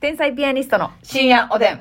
天才ピアニストの深夜おでん。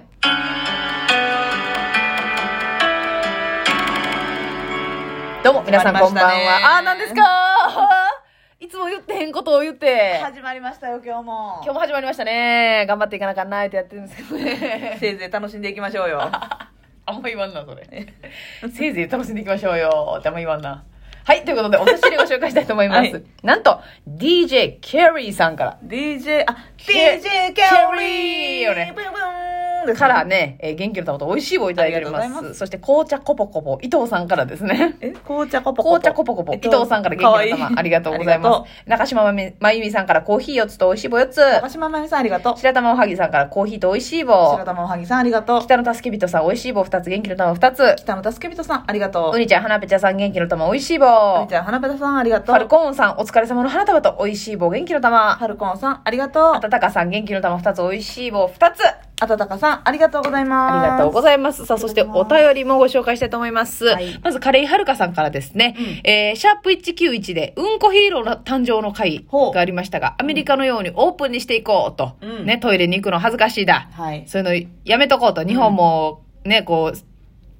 どうも皆さんこんばん始まりましたねは。あー、なんですか いつも言ってへんことを言って。始まりましたよ、今日も。今日も始まりましたね。頑張っていかなあかんなーってやってるんですけど ね。せいぜい楽しんでいきましょうよ。 あんま言わんな、それ。 せいぜい楽しんでいきましょうよ。ってあんま言わんな。はい、ということで、お差し入れご紹介したいと思います。はいなんと、DJ ケリーさんから。 DJ、あ、ケ DJ ケケリリーーよねブンブンからね、えー元気の玉と美味しい棒いただいておりますありがとうございまそして紅茶コポコポ伊藤さんからですねえ、紅茶コポコポ。。紅茶コポコポ伊藤さんから元気の玉ありがとうございますす中島まみまゆみさんからコーヒー4つと美味しい棒4つ高島まゆみさんありがとう。白玉おはぎさんからコーヒーと美味しい棒白玉おはぎさんありがとう。北の助け人さん美味しい棒2つ元気の玉2つ北野助け人さんありがとう。ううにちゃん花ぺちゃさん元気の玉美味しいに棒ちゃん、花ペタさんありがとファルう。コーンさんお疲れ様の花束と美味しい棒元気の玉はるこんさんありがとうあ。たたかさん元気の玉2つ美味しい棒2つあたたかさんありがとうございまあす。りがとうごいざいます。さあ、そしてお便りもご紹介したいと思います。はいまず、カレイはるかさんからですね、うんえー、シャープ191で、うんこヒーローの誕生の回ほうがありましたが、アメリカのようにオープンにしていこうと、うんね、トイレに行くの恥ずかしいだ、ます。はい。そういうのやめとこうと、日本もね、こう、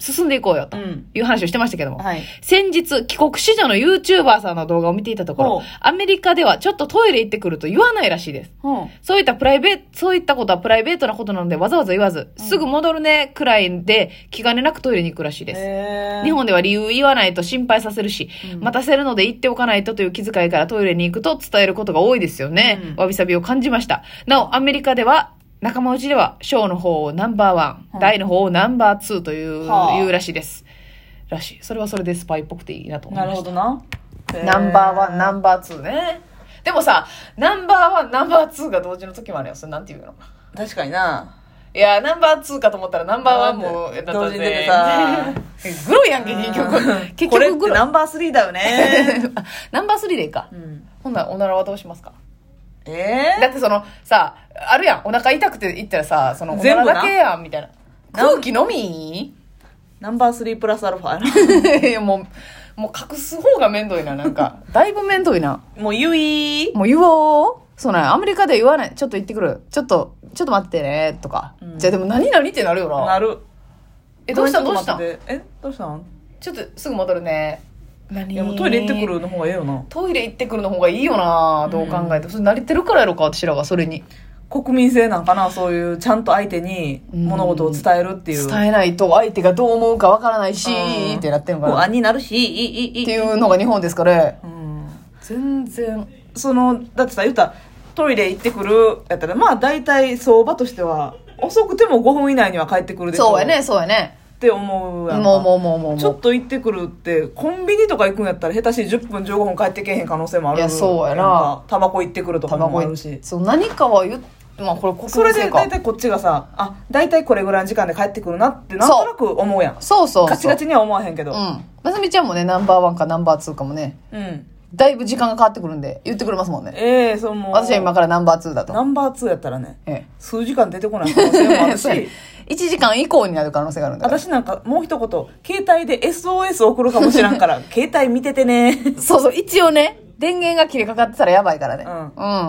進んでいこうよとうんいう話をしてましたけども、はい。先日、帰国子女の YouTuber さんの動画を見ていたとこほうろ、アメリカではちょっとトイレ行ってくると言わないらしいです。ほう。そういったプライベート、そういったことはプライベートなことなのでわざわざ言わず、すぐ戻るねくらいで気兼ねなくトイレに行くらしいです。へー日本では理由言わないと心配させるし、うん待たせるので言っておかないとという気遣いからトイレに行くと伝えることが多いですよね。うんわびさびを感じました。なお、アメリカでは、仲間内では、小の方をナンバーワはン、い大の方をナンバーツーという、はあいうらしいです。らしい。それはそれでスパイっぽくていいなと思いまなした。るほどな。ナンバーワン、ナンンバーツーね。でもさ、ナンバーワン、ナンバーツーが同時の時もあるよ。それなんていうの確かにな。いやー、ナンバーツーかと思ったらナンバーワンも、やった同ぜ時に出てさ。 グロいやんけ、結うん局。結これっ局てグロい。ナンバースリーだよね。あ ナンバースリーでいいかう。んほんなら、おならはどうしますかえだってその、さ、あるやん。お腹痛くて言ったらさ、その、おな全部らだなけやん、みたいな。空気のみ ナンバースリープラスアルファ。いやもう、もう隠す方がめんどいな、なんか。だいぶめんどいな。もうゆい。もう言おう。そうなんやアメリカでは言わない。ちょっと行ってくる。ちょっと、ちょっと待ってね、とか。うんじゃあでも何々ってなるよな。なる。え、どうしたんどうしたんちょっと待っててえどうしたんちょっとすぐ戻るね。何いやもうトイレ行ってくるの方がええよな。トイレ行ってくるの方がいいよなどう考えても、それ慣れてるからやろか私らがそれに国民性なんかなそういうちゃんと相手に物事を伝えるっていう。伝えないと相手がどう思うかわからないしうんってなってるのかこうなっあになるし、いい、いい、いい。ていうのが日本ですからうん全然その、だってさ、言ったらトイレ行ってくるやったら、まあ大体相場としては、遅くても5分以内には帰ってくるでしょ。そうやね。そうやねって思うやんか。もうもうもうもうちょもっと行ってくるってコンビニとか行くんやったら下手し10分15分帰ってけえへん可能性もあるいやそうやなんかタバコ行ってくるうとか卵もあるしそう何かは言っまあこれ国それ民性でか大体こっちがさあ大体これぐらいの時間で帰ってくるなってなんとなく思うやんそうそうそうガチガチには思わへんけうどんまさみちゃんもねナンバーワンかナンバーツーかもねうん、だいぶ時間が変わってくるんで言ってくれますもんねええそうもう私は今からナンバーツーだとナンバー2やったらねえ数時間出てこない可 能性もあるしそうや1時間以降になる可能性があるんだから私なんかもう一言携帯で SOS 送るかもしらんから 携帯見ててねそうそう、一応ね、電源が切れかかってたらやばいからね。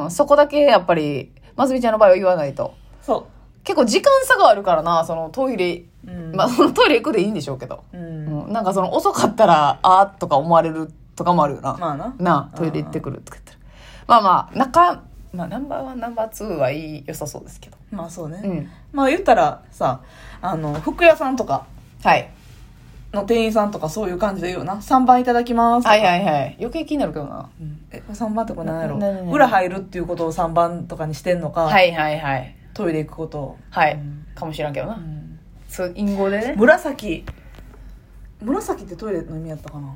うん。そこだけやっぱり、ますみちゃんの場合は言わないと。そ結構時間差があるからな、そのトイレ、ううんまあそのトイレ行くでいいんでしょうけど。うんうん。なんかその遅かったら、あーとか思われるとかもあるよな。まあななあ、トイレ行ってくるとか言ったら。まあまあ、中、まあナンバーワン、ナンバーツーはいい、良さそうですけど。まあそうね、うんまあ言ったらさあの服屋さんとかはい。の店員さんとかそういう感じで言うよな3番いただきますとかはいはいはい。余計気になるけどな。うんえ3番ってこれ何やろなななな裏入るっていうことを3番とかにしてんのか、はいはいはい。トイレ行くことを、はい。うんかもしらんけどな。うんそう、隠語でね。紫紫ってトイレの意味やったかな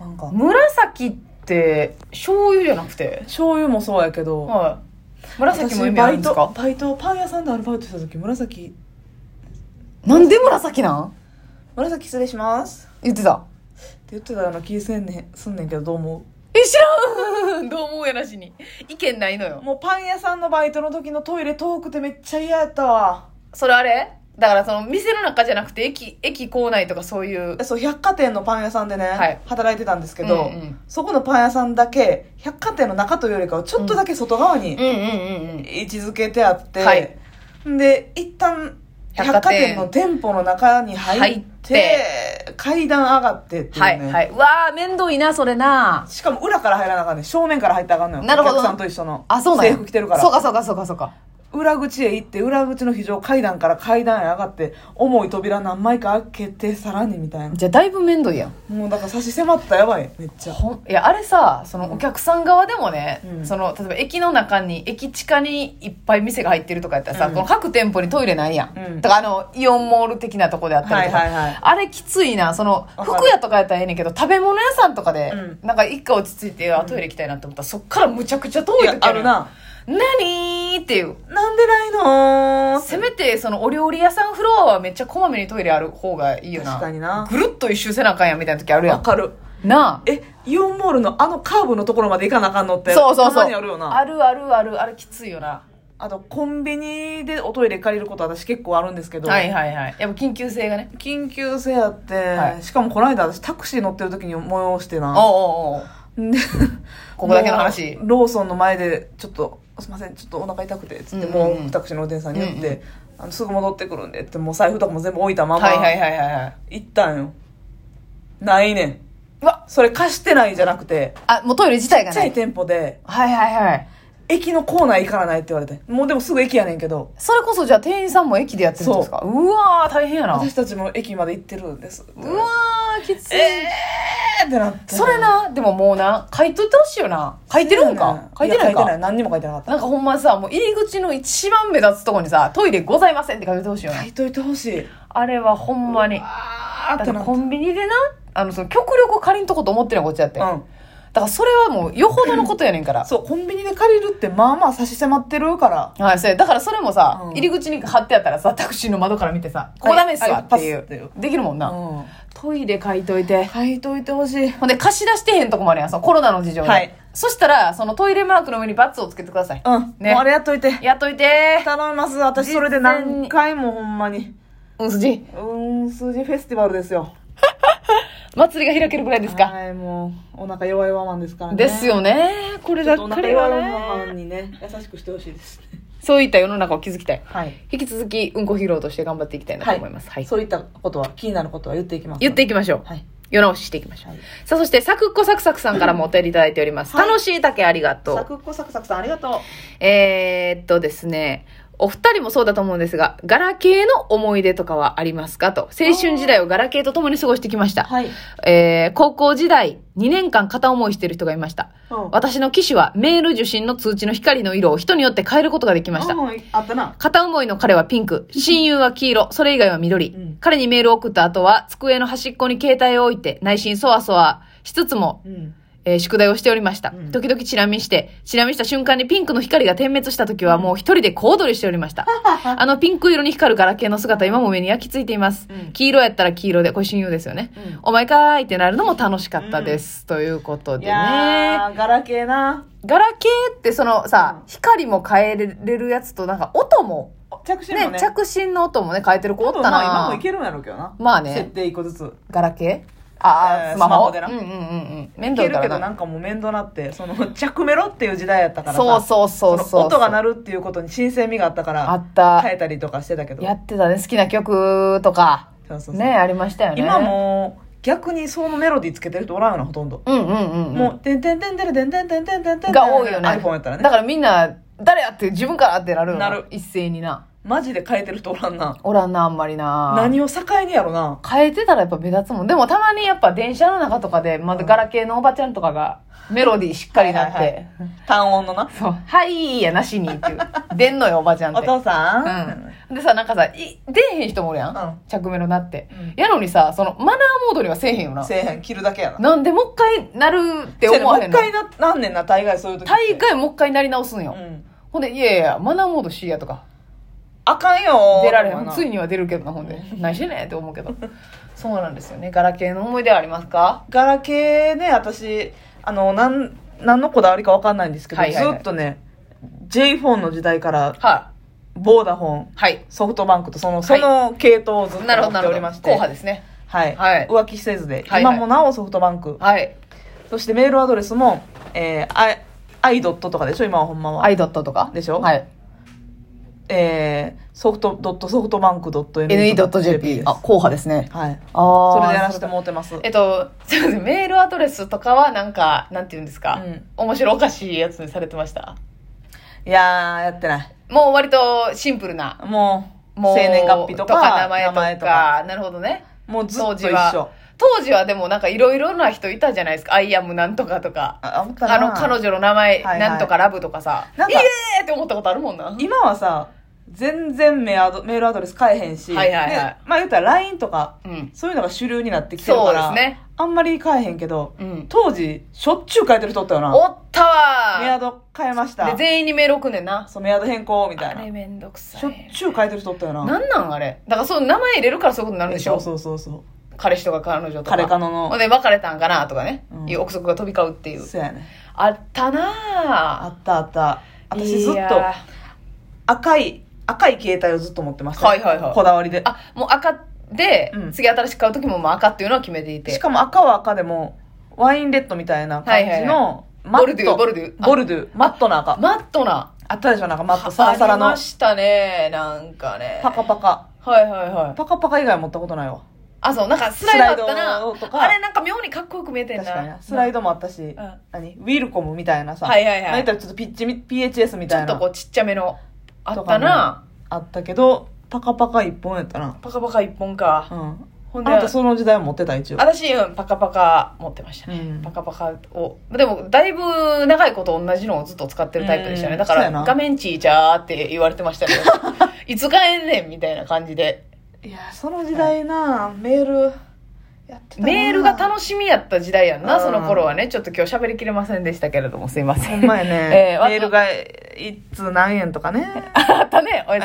なんか紫って、醤油じゃなくて醤油もそうやけど、はい。紫も意味あるんですか私バイトバイトパン屋さんでアルバイトした時紫なんで紫なん紫失礼します言ってた。って言ってたような気せんねんすんねんけどどう思うえ、知らん どう思うやらしに。意見ないのよ。もうパン屋さんのバイトの時のトイレ遠くてめっちゃ嫌やったわ。それあれだからその店の中じゃなくて駅、駅構内とかそういう。そう、百貨店のパン屋さんでね、はい働いてたんですけど、うんうんそこのパン屋さんだけ、百貨店の中というよりかはちょっとだけ外側にうんうんうんうん。位置づけてあって、はいで一旦百百貨貨店店の店舗の中に入って階段上がってっていう、ねはい、はい。うわあ、面倒いな、それな。しかも裏から入らなあかんねん正面から入ってあかんのよなるほどお客さんと一緒のあ、そうなんや制服着てるからそうか、そうか、そうか、そうか。裏口へ行って裏口の非常階段から階段へ上がって重い扉何枚か開けてさらにみたいなじゃあ、だいぶ面倒いやん。もうだから差し迫ったやばいめっちゃほんいやあれさそのお客さん側でもね、うんその例えば駅の中に駅地下にいっぱい店が入ってるとかやったらさ、うんこの各店舗にトイレないやん、うんだからあのイオンモール的なとこであったりとか、はいはいはいあれきついなそのわかる服屋とかやったらええねんけど食べ物屋さんとかで、うなんか一回落ち着いてあトイレ行きたいなと思ったらそっからむちゃくちゃ遠い時いやあるな何っていうなんでないのせめてそのお料理屋さんフロアはめっちゃこまめにトイレある方がいいよな確かになぐるっと一周せなあかんやんみたいな時あるやわんかるなあえイオンモールのあのカーブのところまで行かなあかんのってそうそうたそうまにあるよなあるあるあるあれきついよなあとコンビニでおトイレ借りること私結構あるんですけど、はいはいはいやっぱ緊急性がね緊急性あって、はいしかもこの間私タクシー乗ってる時に催しておなうおうおうで ここだけの話もうローソンの前でちょっと「すいませんちょっとお腹痛くて」っつって、うんうんうんもうタクシーの運転手さんに言って、うんうあのすぐ戻ってくるんでってもう財布とかも全部置いたままはいはいはいはいはい行ったんよ、ないねんうわそれ貸してないじゃなくてあもうトイレ自体ちがっちゃないい店舗ではいはいはい駅の構内行からないって言われてもうでもすぐ駅やねんけどそれこそじゃあ店員さんも駅でやってるんですかうわー大変やなうわ私たちも駅まで行ってるんですーきつい、ええーってなってそれなでももうな書いといてほしいよな書いてるんか書いてないや書いてなかい何にも書いてなかっなんかほんまさもう入り口の一番目立つとこにさ「トイレございません」って書いてほしいよたな書いといてほしいあれはほんまにあだーっかてらなっコンビニでなあのその極力借りんとこと思ってるのこっちだって、てだうかんらそれはもうよほどのことやねんからそうコンビニで借りるってまあまあ差し迫ってるからはい、それだからそれもさ、うん入り口に貼ってあったらさタクシーの窓から見てさ「ここダメっすわ」っていう、はいパスっていうできるもんな、トイレ書いといて書いといてほしいほんで貸し出してへんとこもあるやんそのコロナの事情で、はいそしたらそのトイレマークの上にバツをつけてください、うん、ねもうあれやっといてやっといて頼みます私それで何回もほんまにうんすじうん数字フェスティバルですよ祭りが開けるぐらいですか、はいもうお腹弱いワンマンですからねですよねこれちょだっとおっか腹り弱いはワンマねンにね優しくしてほしいですねそういった世の中を築きたいはい引き続きうんこ披露として頑張っていきたいなと思います、はいそういったことは気になることは言っていきます言っていきましょう、はい世直ししていきましょう、はいさあそしてサクッコサクサクさんからもお便りいただいております、はい楽しい竹ありがとサうクッコサクサクさんありがとうえー、っとですねお二人もそうだと思うんですが、ガラケーの思い出とかはありますかと。青春時代をガラケーと共に過ごしてきました。はい、えー、高校時代、2年間片思いしてる人がいました。うん私の機種はメール受信の通知の光の色を人によって変えることができました。うんあったな片思いの彼はピンク、親友は黄色、それ以外は緑。うん彼にメールを送った後は、机の端っこに携帯を置いて、内心そわそわしつつも、 うんえー宿題をしておりました。うん時々チラ見して、チラ見した瞬間にピンクの光が点滅した時はもう一人で小躍りしておりました。あのピンク色に光るガラケーの姿、今も目に焼き付いています。うん黄色やったら黄色で、これ親友ですよね。うんお前かーいってなるのも楽しかったです。ということいでね。やーガラケーなガラケーってそのさ、うん光も変えれるやつとなんか音も着信もねね着信の音もね変えてる子お多った分な、まあ今もいけるんやろうけどなまあね設定一個ずつガラケーああ、えースマホスマホでなうんうんうんうん面い倒だけるかけらどななんかもう面倒なってその着メロっていう時代やったからさそうそうそうそうその音が鳴るるっていうことに新鮮味があったかあらった、変えたりとかしてたけどやってたね好きな曲とかそうそうそうねありましたよね今もう逆にそのメロディーつけてる人おらんよなほとんど、うんうんうんうんもう「てんてんてんてんてんてんてんてんてんてん」が多いよね iPhone やったらだねからみんな誰やって自分からってなるよなる一斉になマジで変えてる人おらんなおらんなあんまりな何を境にやろな変えてたらやっぱ目立つもんでもたまにやっぱ電車の中とかでまだガラケーのおばちゃんとかがメロディーしっかりなって「はいはい単音のなそうはい」やなしに っていう出んのよおばちゃんおって父さん、うんでさなんかさい出えへん人もおるやん、うん着メロなって、うんやのにさそのマナーモードにはせえへんよなせえへん切るだけやななんでもう一回なるってせやね思もわうへん一の回ななんねんな大概そういう時大概もう一回なり直すんよ、うんほんで「いやいやマナーモード C や」とかあかんよ出られへんなついには出るけどなほんで「何してんねん」って思うけ どそうなんですよねガラケーの思い出はありますかガラケーね私あのなん何のこだわりかわかんないんですけど、はいはいはいずっとね J フォンの時代からはボーダフォンいはいソフトバンクとそのその系統をずっとなる持ほど、っなてるほど。おりまし後て、派ですね。はいはい浮気せずで、はいはい今もなおソフトバンクはい。そしてメールアドレスも、えー、アイアイドットとかでしょ今はほんまはアイドットとかでしょはい。えー、ソフト、ドットソフトバンク NE.jp .ne.jp。あ、硬派ですね。はい。あそあ。れでやらせてもらってます。えっと、すいません、メールアドレスとかはなんか、なんて言うんですか、うん面白おかしいやつにされてましたいやー、やってない。もう割とシンプルな。もう、もう生年月日とか、名前とかなるほどね。もうずっと当一時は緒。。当時はでもなんかいろいろな人いたじゃないですか。アイアムなんとかとか。あ、思ったなあの、彼女の名前、はいはいなんとかラブとかさ。なんかイエーって思ったことあるもんな。今はさ、全然メアドメールアドレス変えへんし、はいはいはいでまあ言ったら LINE とか、うん。そういうのが主流になってきてるそかうでら、すね。あんまり変えへんけど、うん。当時、しょっちゅう変えてる人おったよな。おったメアわド変えましーたで、。全員にメール送んねんな。そう、メアド変更みたあいれな。めんどくさい。しょっちゅう変えてる人おったよな。なんなんあれ。だからそう、名前入れるからそういうことになるんでしょそうそうそう彼氏とか彼女とか。彼彼女のほんで、別れたんかなとかね。うんいう憶測が飛び交うっていそうう。。そうやね。あったあなぁ。ったあった。私いずっとや赤い、赤い携帯をずっと持ってました。はいはいはいこだわりでー。あ、もう赤で、うん次新しく買う時ももう赤っていうのは決めてい。してかも赤は赤でも、ワインレッドみたいな感じの、マボルデッュート。ボルデューあボルデューマットな赤。マットな。あったでしょなんかマット、サラサラありのま。したね、なんかね。パカパカ。はいはいはい。パカパカ以外持ったことないわ。あ、そう、なんかスライドあったスライドとな。かあれなんか妙にかっこよく見えてん確な。かにな。スライド。ドもあったしうん、何ウィルコムみたいなさ。はいはいはいなんやったらちょっとピッチみ、PHS みちょたっいとこな。うちっちゃめの。あったな。あったけど、パカパカ一本やったな。パカパカ一本か。うん。ほんであ、なたその時代持ってた一応。私、うん、パカパカ持ってましたね。うんパカパカを。でも、だいぶ長いこと同じのをずっと使ってるタイプでしたね。うんだかそうら、やな画面ちいちゃーって言われてました けど、いつ変えんねんみたいな感じで。いや、その時代な、メール、やってたな。メールが楽しみやった時代やんな、うんその頃はね。ちょっと今日喋りきれませんでしたけれども、すいませほん。んまやえーね。わメールが、いつ何円とかね。 あったね、おや